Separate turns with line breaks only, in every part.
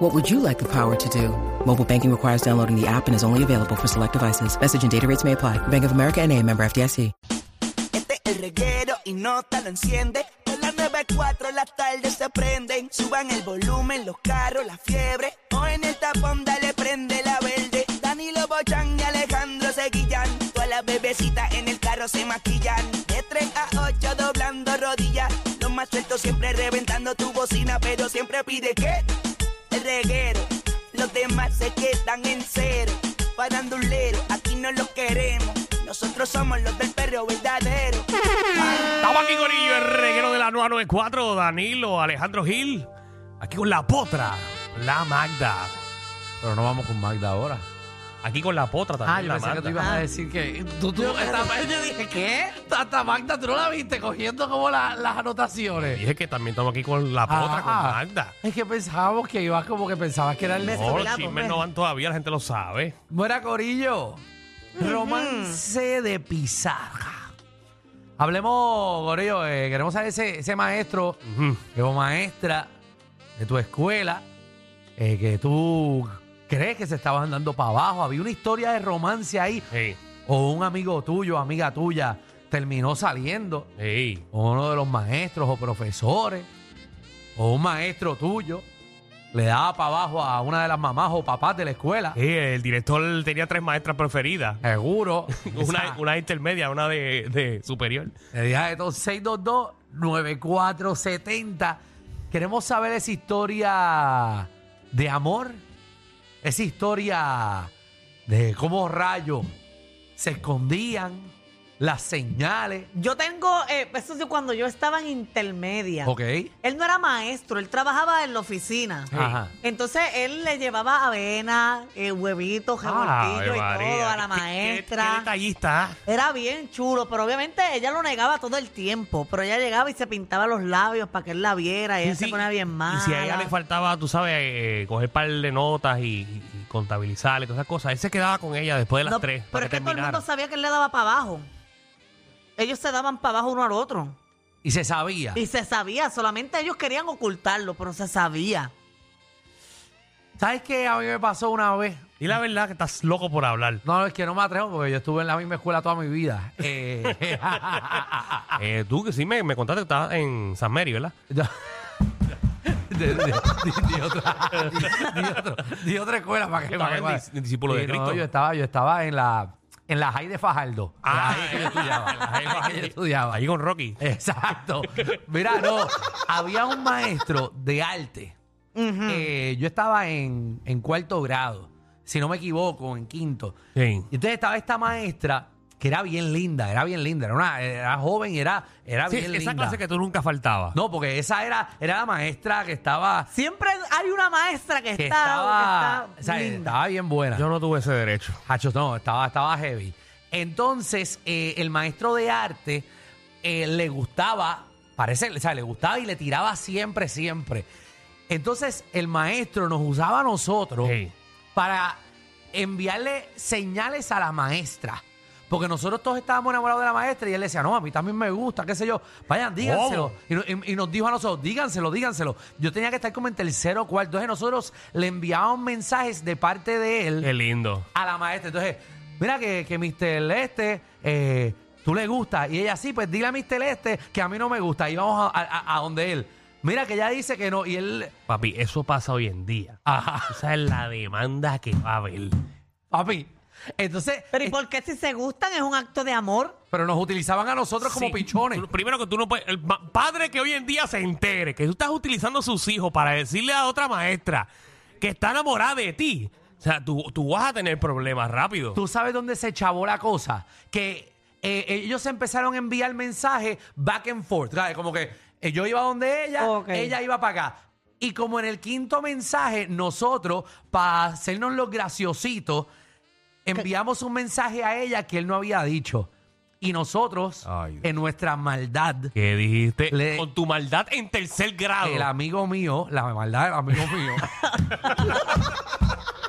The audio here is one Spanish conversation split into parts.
What would you like the power to do? Mobile banking requires downloading the app and is only available for select devices. Message and data rates may apply. Bank of America and a member FDIC.
Este es el reguero y nota lo enciende. Con las 9 a 4 las tardes se prenden. Suban el volumen, los carros, la fiebre. O en el tapón dale prende la verde. Danilo Bochan y Alejandro se guillan. Todas las bebecitas en el carro se maquillan. De 3 a 8 doblando rodillas. Los más sueltos siempre reventando tu bocina. Pero siempre pide que el reguero. Los demás se quedan en cero. Parandulero, aquí no los queremos. Nosotros somos los del perro verdadero.
Estamos aquí, Corillo, el reguero de la 994, Danilo, Alejandro Gil. Aquí con la potra, la Magda.
Pero no vamos con Magda ahora.
Aquí con la potra también,
Ah, yo
la
pensé que
Magda.
tú ibas a decir que. Tú, tú, esta, yo dije, ¿qué? Tanta Magda, tú no la viste cogiendo como la- las anotaciones.
Dije que también estamos aquí con la potra, con
Ah,
Magda.
Es que pensábamos que ibas como que pensabas que era el
No, los chismes no van todavía, la gente lo sabe.
Muera Corillo. Romance de pizarra. Hablemos, Corillo. eh, queremos saber ese, ese maestro
Ujú.
que o maestra de tu escuela eh, que tú crees que se estaban dando para abajo. Había una historia de romance ahí.
Ey,
o un amigo tuyo, amiga tuya, terminó saliendo
ey.
con uno de los maestros o profesores, o un maestro tuyo, le daba para abajo a una de las mamás o papás de la escuela,
Ey, el director tenía tres maestras preferidas.
seguro.
Una, una intermedia, una de, de superior.
Le dije a estos 622-9470. Queremos saber esa historia de amor, esa historia de cómo rayos se escondían las señales.
Yo tengo, eh, eso sí, cuando yo estaba en intermedia.
¿Ok?
Él no era maestro, él trabajaba en la oficina.
Ajá.
Entonces él le llevaba avena, eh, huevitos,
Ave
revoltillo y todo
María.
a la
Qué- qué- Qué,
maestra.
detallista. ah.
Era bien chulo, pero obviamente ella lo negaba todo el tiempo. Pero ella llegaba y se pintaba los labios para que él la viera. Y ella
Sí,
se ponía bien mal.
Y si a ella le faltaba, tú sabes, eh, coger par de notas y, y- y contabilizarle, todas esas cosas, él se quedaba con ella después de las tres.
Pero
para
es que todo el
terminara.
mundo sabía que él le daba para abajo. Ellos se daban para abajo uno al otro.
Y se
Ah.
sabía.
Y se sabía, solamente ellos querían ocultarlo, pero se sabía.
¿Sabes qué? A mí me pasó una vez.
Y la verdad que estás loco por hablar.
No, es que no me atrevo porque yo estuve en la misma escuela toda mi vida. Eh,
Ah.
Eh, tú que sí me, me contaste que estabas en San Mary, ¿verdad?
yo- de, de- de- de otra, de- de otro- de otra escuela para que
Estaba
para que-
en
para-
dis- en discípulo de
Sí, no,
Cristo.
yo estaba, yo estaba en la en la high de Fajardo. En la
Ah,
high que yo estudiaba. en la high que yo estudiaba.
Ahí con Rocky.
Exacto. Mira, no, había un maestro de arte. Eh, yo estaba en, en cuarto grado, si no me equivoco, en quinto.
Sí.
Y entonces estaba esta maestra que era bien linda, era bien linda, era, una, era joven y era, era
Sí,
bien
esa
linda.
clase que tú nunca faltabas.
No, porque esa era, era la maestra que estaba,
Siempre hay una maestra que,
que
está,
estaba,
que
o
está
sea,
linda.
estaba bien buena.
Yo no tuve ese derecho.
Hacho, no, estaba, estaba heavy. Entonces, eh, el maestro de arte eh, le gustaba, parece, o sea, le gustaba y le tiraba siempre, siempre. Entonces, el maestro nos usaba a nosotros
Sí.
para enviarle señales a la maestra. Porque nosotros todos estábamos enamorados de la maestra y él decía, no, a mí también me gusta, qué sé yo. Vayan, díganselo. Y, no- y- y nos dijo a nosotros, díganselo, díganselo. Yo tenía que estar como en tercero o cuarto. Entonces nosotros le enviábamos mensajes de parte de él
Qué lindo.
a la maestra. Entonces, mira que, que Mr. Este, eh, tú le gustas. Y ella, sí, pues dile a Mr. Este que a mí no me gusta. Y vamos a, a- a donde él. Mira que ella dice que no. Y él,
Papi, eso pasa hoy en día.
ajá,
Esa es la demanda que va a haber.
papi. Entonces,
Pero ¿y
eh,
por qué si se gustan es un acto de amor?
pero nos utilizaban a nosotros como
Sí.
pichones.
Tú- primero que tú no puedes. El ma- padre que hoy en día se entere que tú estás utilizando a sus hijos para decirle a otra maestra que está enamorada de ti. O sea, tú, tú vas a tener problemas rápido.
Tú sabes dónde se chavó la cosa. Que eh, ellos empezaron a enviar mensajes back and forth. ¿sabes? Como que eh, yo iba donde ella,
Ok.
ella iba para acá. Y como en el quinto mensaje, nosotros, para hacernos los graciositos, enviamos un mensaje a ella que él no había dicho. Y nosotros,
Ay, Dios.
en nuestra maldad,
¿Qué dijiste?
Le-
Con tu maldad en tercer grado.
el amigo mío, la maldad del amigo mío.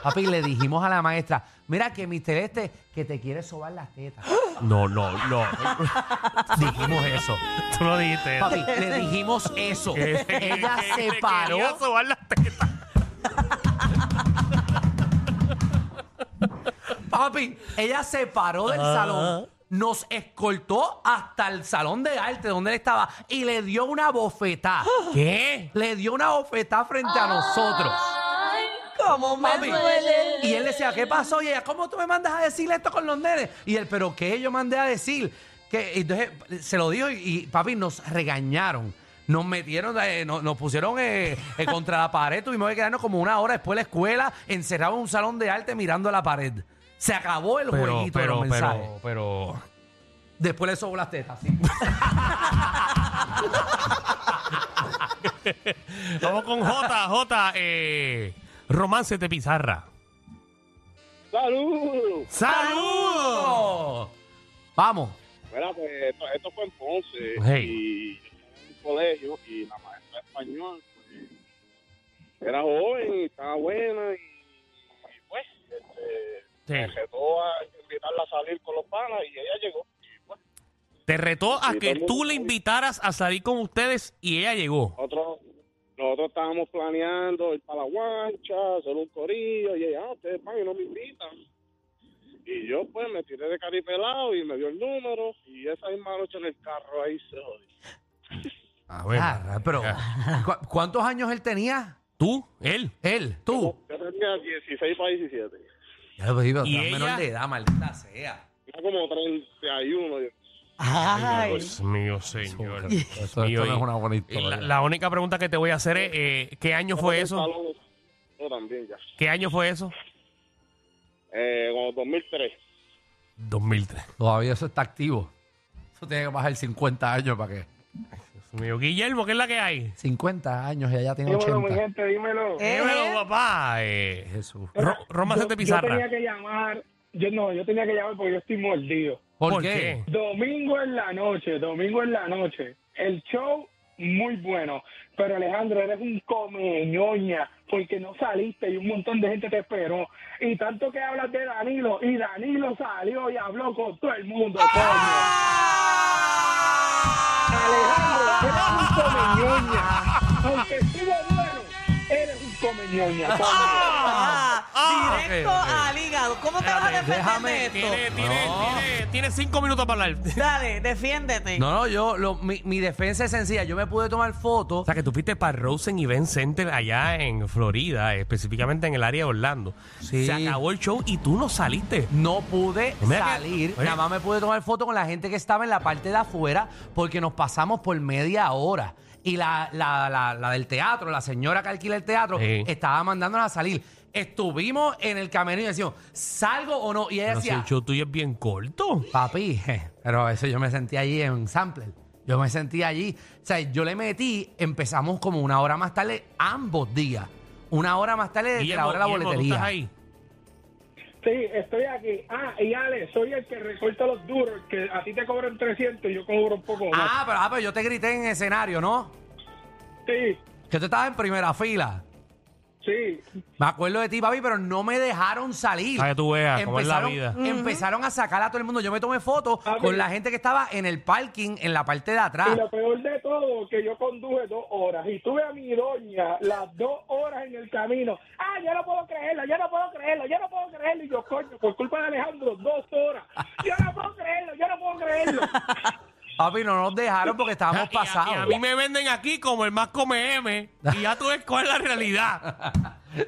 Papi, le dijimos a la maestra, mira que Mr. Este que te quiere sobar las tetas.
No, no, no.
dijimos eso.
Tú no dijiste eso.
Papi, le dijimos eso. Ella se
Te
paró.
quería sobar las tetas.
Papi, ella se paró del salón, nos escoltó hasta el salón de arte donde él estaba y le dio una bofetada.
¿Qué?
Le dio una bofetada frente a nosotros.
¿Cómo me
Papi.
duele?
Y él decía, ¿qué pasó? Y ella, ¿cómo tú me mandas a decir esto con los nenes? Y él, ¿pero qué yo mandé a decir? Que, y entonces se lo dijo y, y, papi, nos regañaron. Nos metieron, eh, no- nos, pusieron eh, eh, contra la pared. Tuvimos que quedarnos como una hora después de la escuela, encerrados en un salón de arte mirando a la pared. Se acabó el
Pero,
jueguito de los
pero,
mensajes.
pero, pero.
Después le sobó las tetas, sí.
Vamos con J, J, eh, romances de pizarra.
¡Saludos!
¡Saludos!
Vamos.
Mira, pues esto, esto fue entonces.
Hey.
Y yo estaba en un colegio y la maestra de español pues, era joven y estaba buena y, y, pues este,
Sí.
me retó a invitarla a salir con los panas y ella llegó. Y pues
Te retó a
Sí,
que
todo el
tú
mundo-
le invitaras a salir con ustedes y ella llegó.
nosotros, nosotros estábamos planeando ir para la guancha, hacer un corillo y ella, ah, ustedes van y no me invitan. Y yo pues me tiré de caripelado y me dio el número y esa misma noche en el carro ahí se jodió.
A
Ah, pero, ¿cu- ¿cuántos años él tenía?
¿Tú? ¿Él?
Él, tú.
Yo tenía 16 para 17.
Ya lo pedí, pero
¿Y
estás
ella?
menor de edad, maldita sea.
Era como 31. yo-
Ay,
pues.
Dios Pues, mío, señor. Dios
Esto,
mío,
no
y-
es una buena
y
historia.
la, la única pregunta que te voy a hacer es, eh, ¿qué año fue eso?
Salón, Yo también ya.
¿Qué año fue eso?
Eh, como 2003.
2003.
Todavía eso está activo. Eso tiene que bajar 50 años para que.
Dios mío, Guillermo, ¿qué es la que hay?
50 años y allá tiene 80.
gente, dímelo.
¿Eh?
Dímelo, papá. eh,
Jesús.
Ro- romances de pizarra.
que llamar. Yo no, yo tenía que llamar porque yo estoy mordido.
¿Por, qué?
Domingo en la noche, domingo en la noche. El show muy bueno, pero Alejandro eres un comeñoña porque no saliste y un montón de gente te esperó. Y tanto que hablas de Danilo y Danilo salió y habló con todo el mundo. coño. Alejandro, eres un comeñoña. Aunque estuvo bueno, eres un comeñoña. coño.
Ah,
Ah,
directo
ok, ok.
al hígado. ¿Cómo te vas a defender
déjame
de esto?
Tiene, tiene,
No.
tiene, tiene cinco minutos para hablar.
Dale, defiéndete.
No, no, yo, lo- mi, mi defensa es sencilla. Yo me pude tomar
O
fotos.
sea, que tú fuiste para Rosen Event Center allá en Florida, específicamente en el área de Orlando.
Sí.
Se acabó el show y tú no saliste.
No pude
Mira que-
salir.
Oye.
Nada más me pude tomar fotos con la gente que estaba en la parte de afuera porque nos pasamos por media hora. Y la, la- la- la del teatro, la señora que alquila el teatro,
Sí.
estaba mandándonos a salir. Estuvimos en el camerino y decimos, ¿salgo o no? Y ella
Pero si el
decía,
show tuyo es bien corto.
papi, je, pero eso yo me sentí allí en Sampler. Yo me sentí allí. O sea, yo le metí, empezamos como una hora más tarde, ambos días. Una hora más tarde de Eh, la hora de la
Guillermo, ¿tú
boletería.
estás ahí?
Sí, estoy aquí. Ah, y Ale, soy el que recorta los duros, que a ti te cobran 300 y yo cobro un poco más.
Ah, pero, ah, pero yo te grité en escenario, ¿no?
Sí,
Que tú estabas en primera fila.
sí.
Me acuerdo de ti, papi, pero no me dejaron salir.
Para que tú veas cómo es la vida.
Empezaron a sacar a todo el mundo. Yo me tomé fotos
Papi.
con la gente que estaba en el parking, en la parte de
Y
atrás.
lo peor de todo, que yo conduje dos horas y tuve a mi doña las dos horas en el camino. Ah, yo no puedo creerlo, yo no puedo creerlo, yo no puedo creerlo. Y yo, coño, por culpa de Alejandro, dos horas. Yo no puedo creerlo, yo no puedo creerlo.
Papi, no nos dejaron porque estábamos
Y a- Y a,
pasados.
mí me venden aquí como el más come M. Y ya tú ves cuál es la realidad.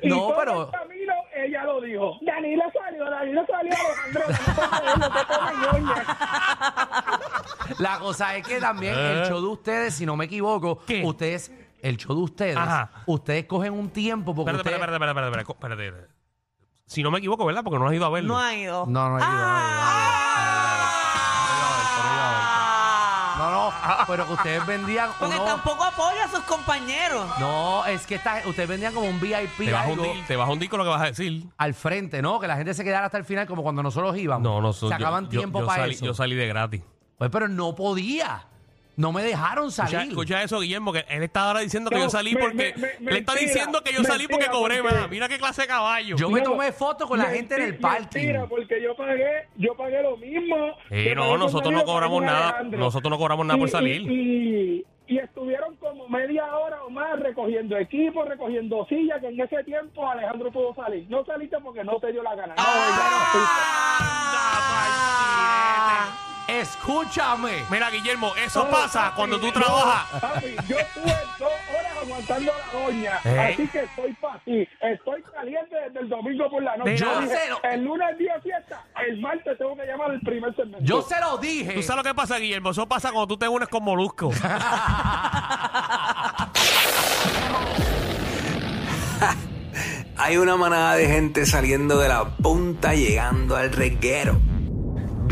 Y
No,
todo
pero-
el camino ella lo dijo. Danilo salió, Danilo salió, Alejandro. yo No puedo creerlo, qué comeñoña.
La cosa es que también
Eh.
el show de ustedes, si no me equivoco,
¿Qué?
ustedes, el show de ustedes,
Ajá.
ustedes cogen un tiempo porque
Espérate, espérate,
ustedes...
espérate, espérate, espérate, espérate, espérate, espérate. Si no me equivoco, ¿verdad? Porque no has ido a verlo.
No ha ido.
No, no ha ido, no ha ido, no ha ido.
Ah.
No, no, pero que ustedes vendían
Porque
unos-
tampoco apoya a sus compañeros.
No, es que esta- ustedes vendían como un VIP
Te vas, a
algo
hundir, te vas a hundir con lo que vas a decir.
al frente, ¿no? Que la gente se quedara hasta el final como cuando nosotros íbamos.
No, no,
Sacaban
yo- yo-
tiempo
yo
para
salí-
eso.
Yo salí de gratis.
Pues, pero no podía. No me dejaron salir.
Escucha, escucha eso, Guillermo, que él está ahora diciendo que
No,
yo salí
me-
porque.
me- me-
le está
mentira,
diciendo que yo salí porque
mentira,
cobré,
porque-
ma. Mira qué clase de caballo.
Yo me tomé fotos con la gente en el parking.
Mentira, porque yo pagué, yo pagué lo mismo.
Sí,
que
no,
pagué con
nosotros
Danilo,
no cobramos
pagué con
nada.
Alejandro.
Nosotros no cobramos nada por
Y-
salir.
Y, y estuvieron como media hora o más recogiendo equipos, recogiendo sillas, que en ese tiempo Alejandro pudo salir. No saliste porque no te dio la gana.
Ah. Anda, pa'l
Escúchame.
siete. Mira, Guillermo, eso
No,
pasa
Oh, papi,
cuando tú
no,
trabajas.
papi, yo estuve dos horas aguantando a la doña.
Eh.
Así que estoy pa' ti. Estoy caliente desde el domingo por la noche.
Yo
dije,
sé lo-
El lunes día fiesta, el martes tengo que llamar al primer semestre.
Yo se lo dije.
Tú sabes lo que pasa, Guillermo. Eso pasa cuando tú te unes con Molusco.
Hay una manada de gente saliendo de la punta llegando al reguero.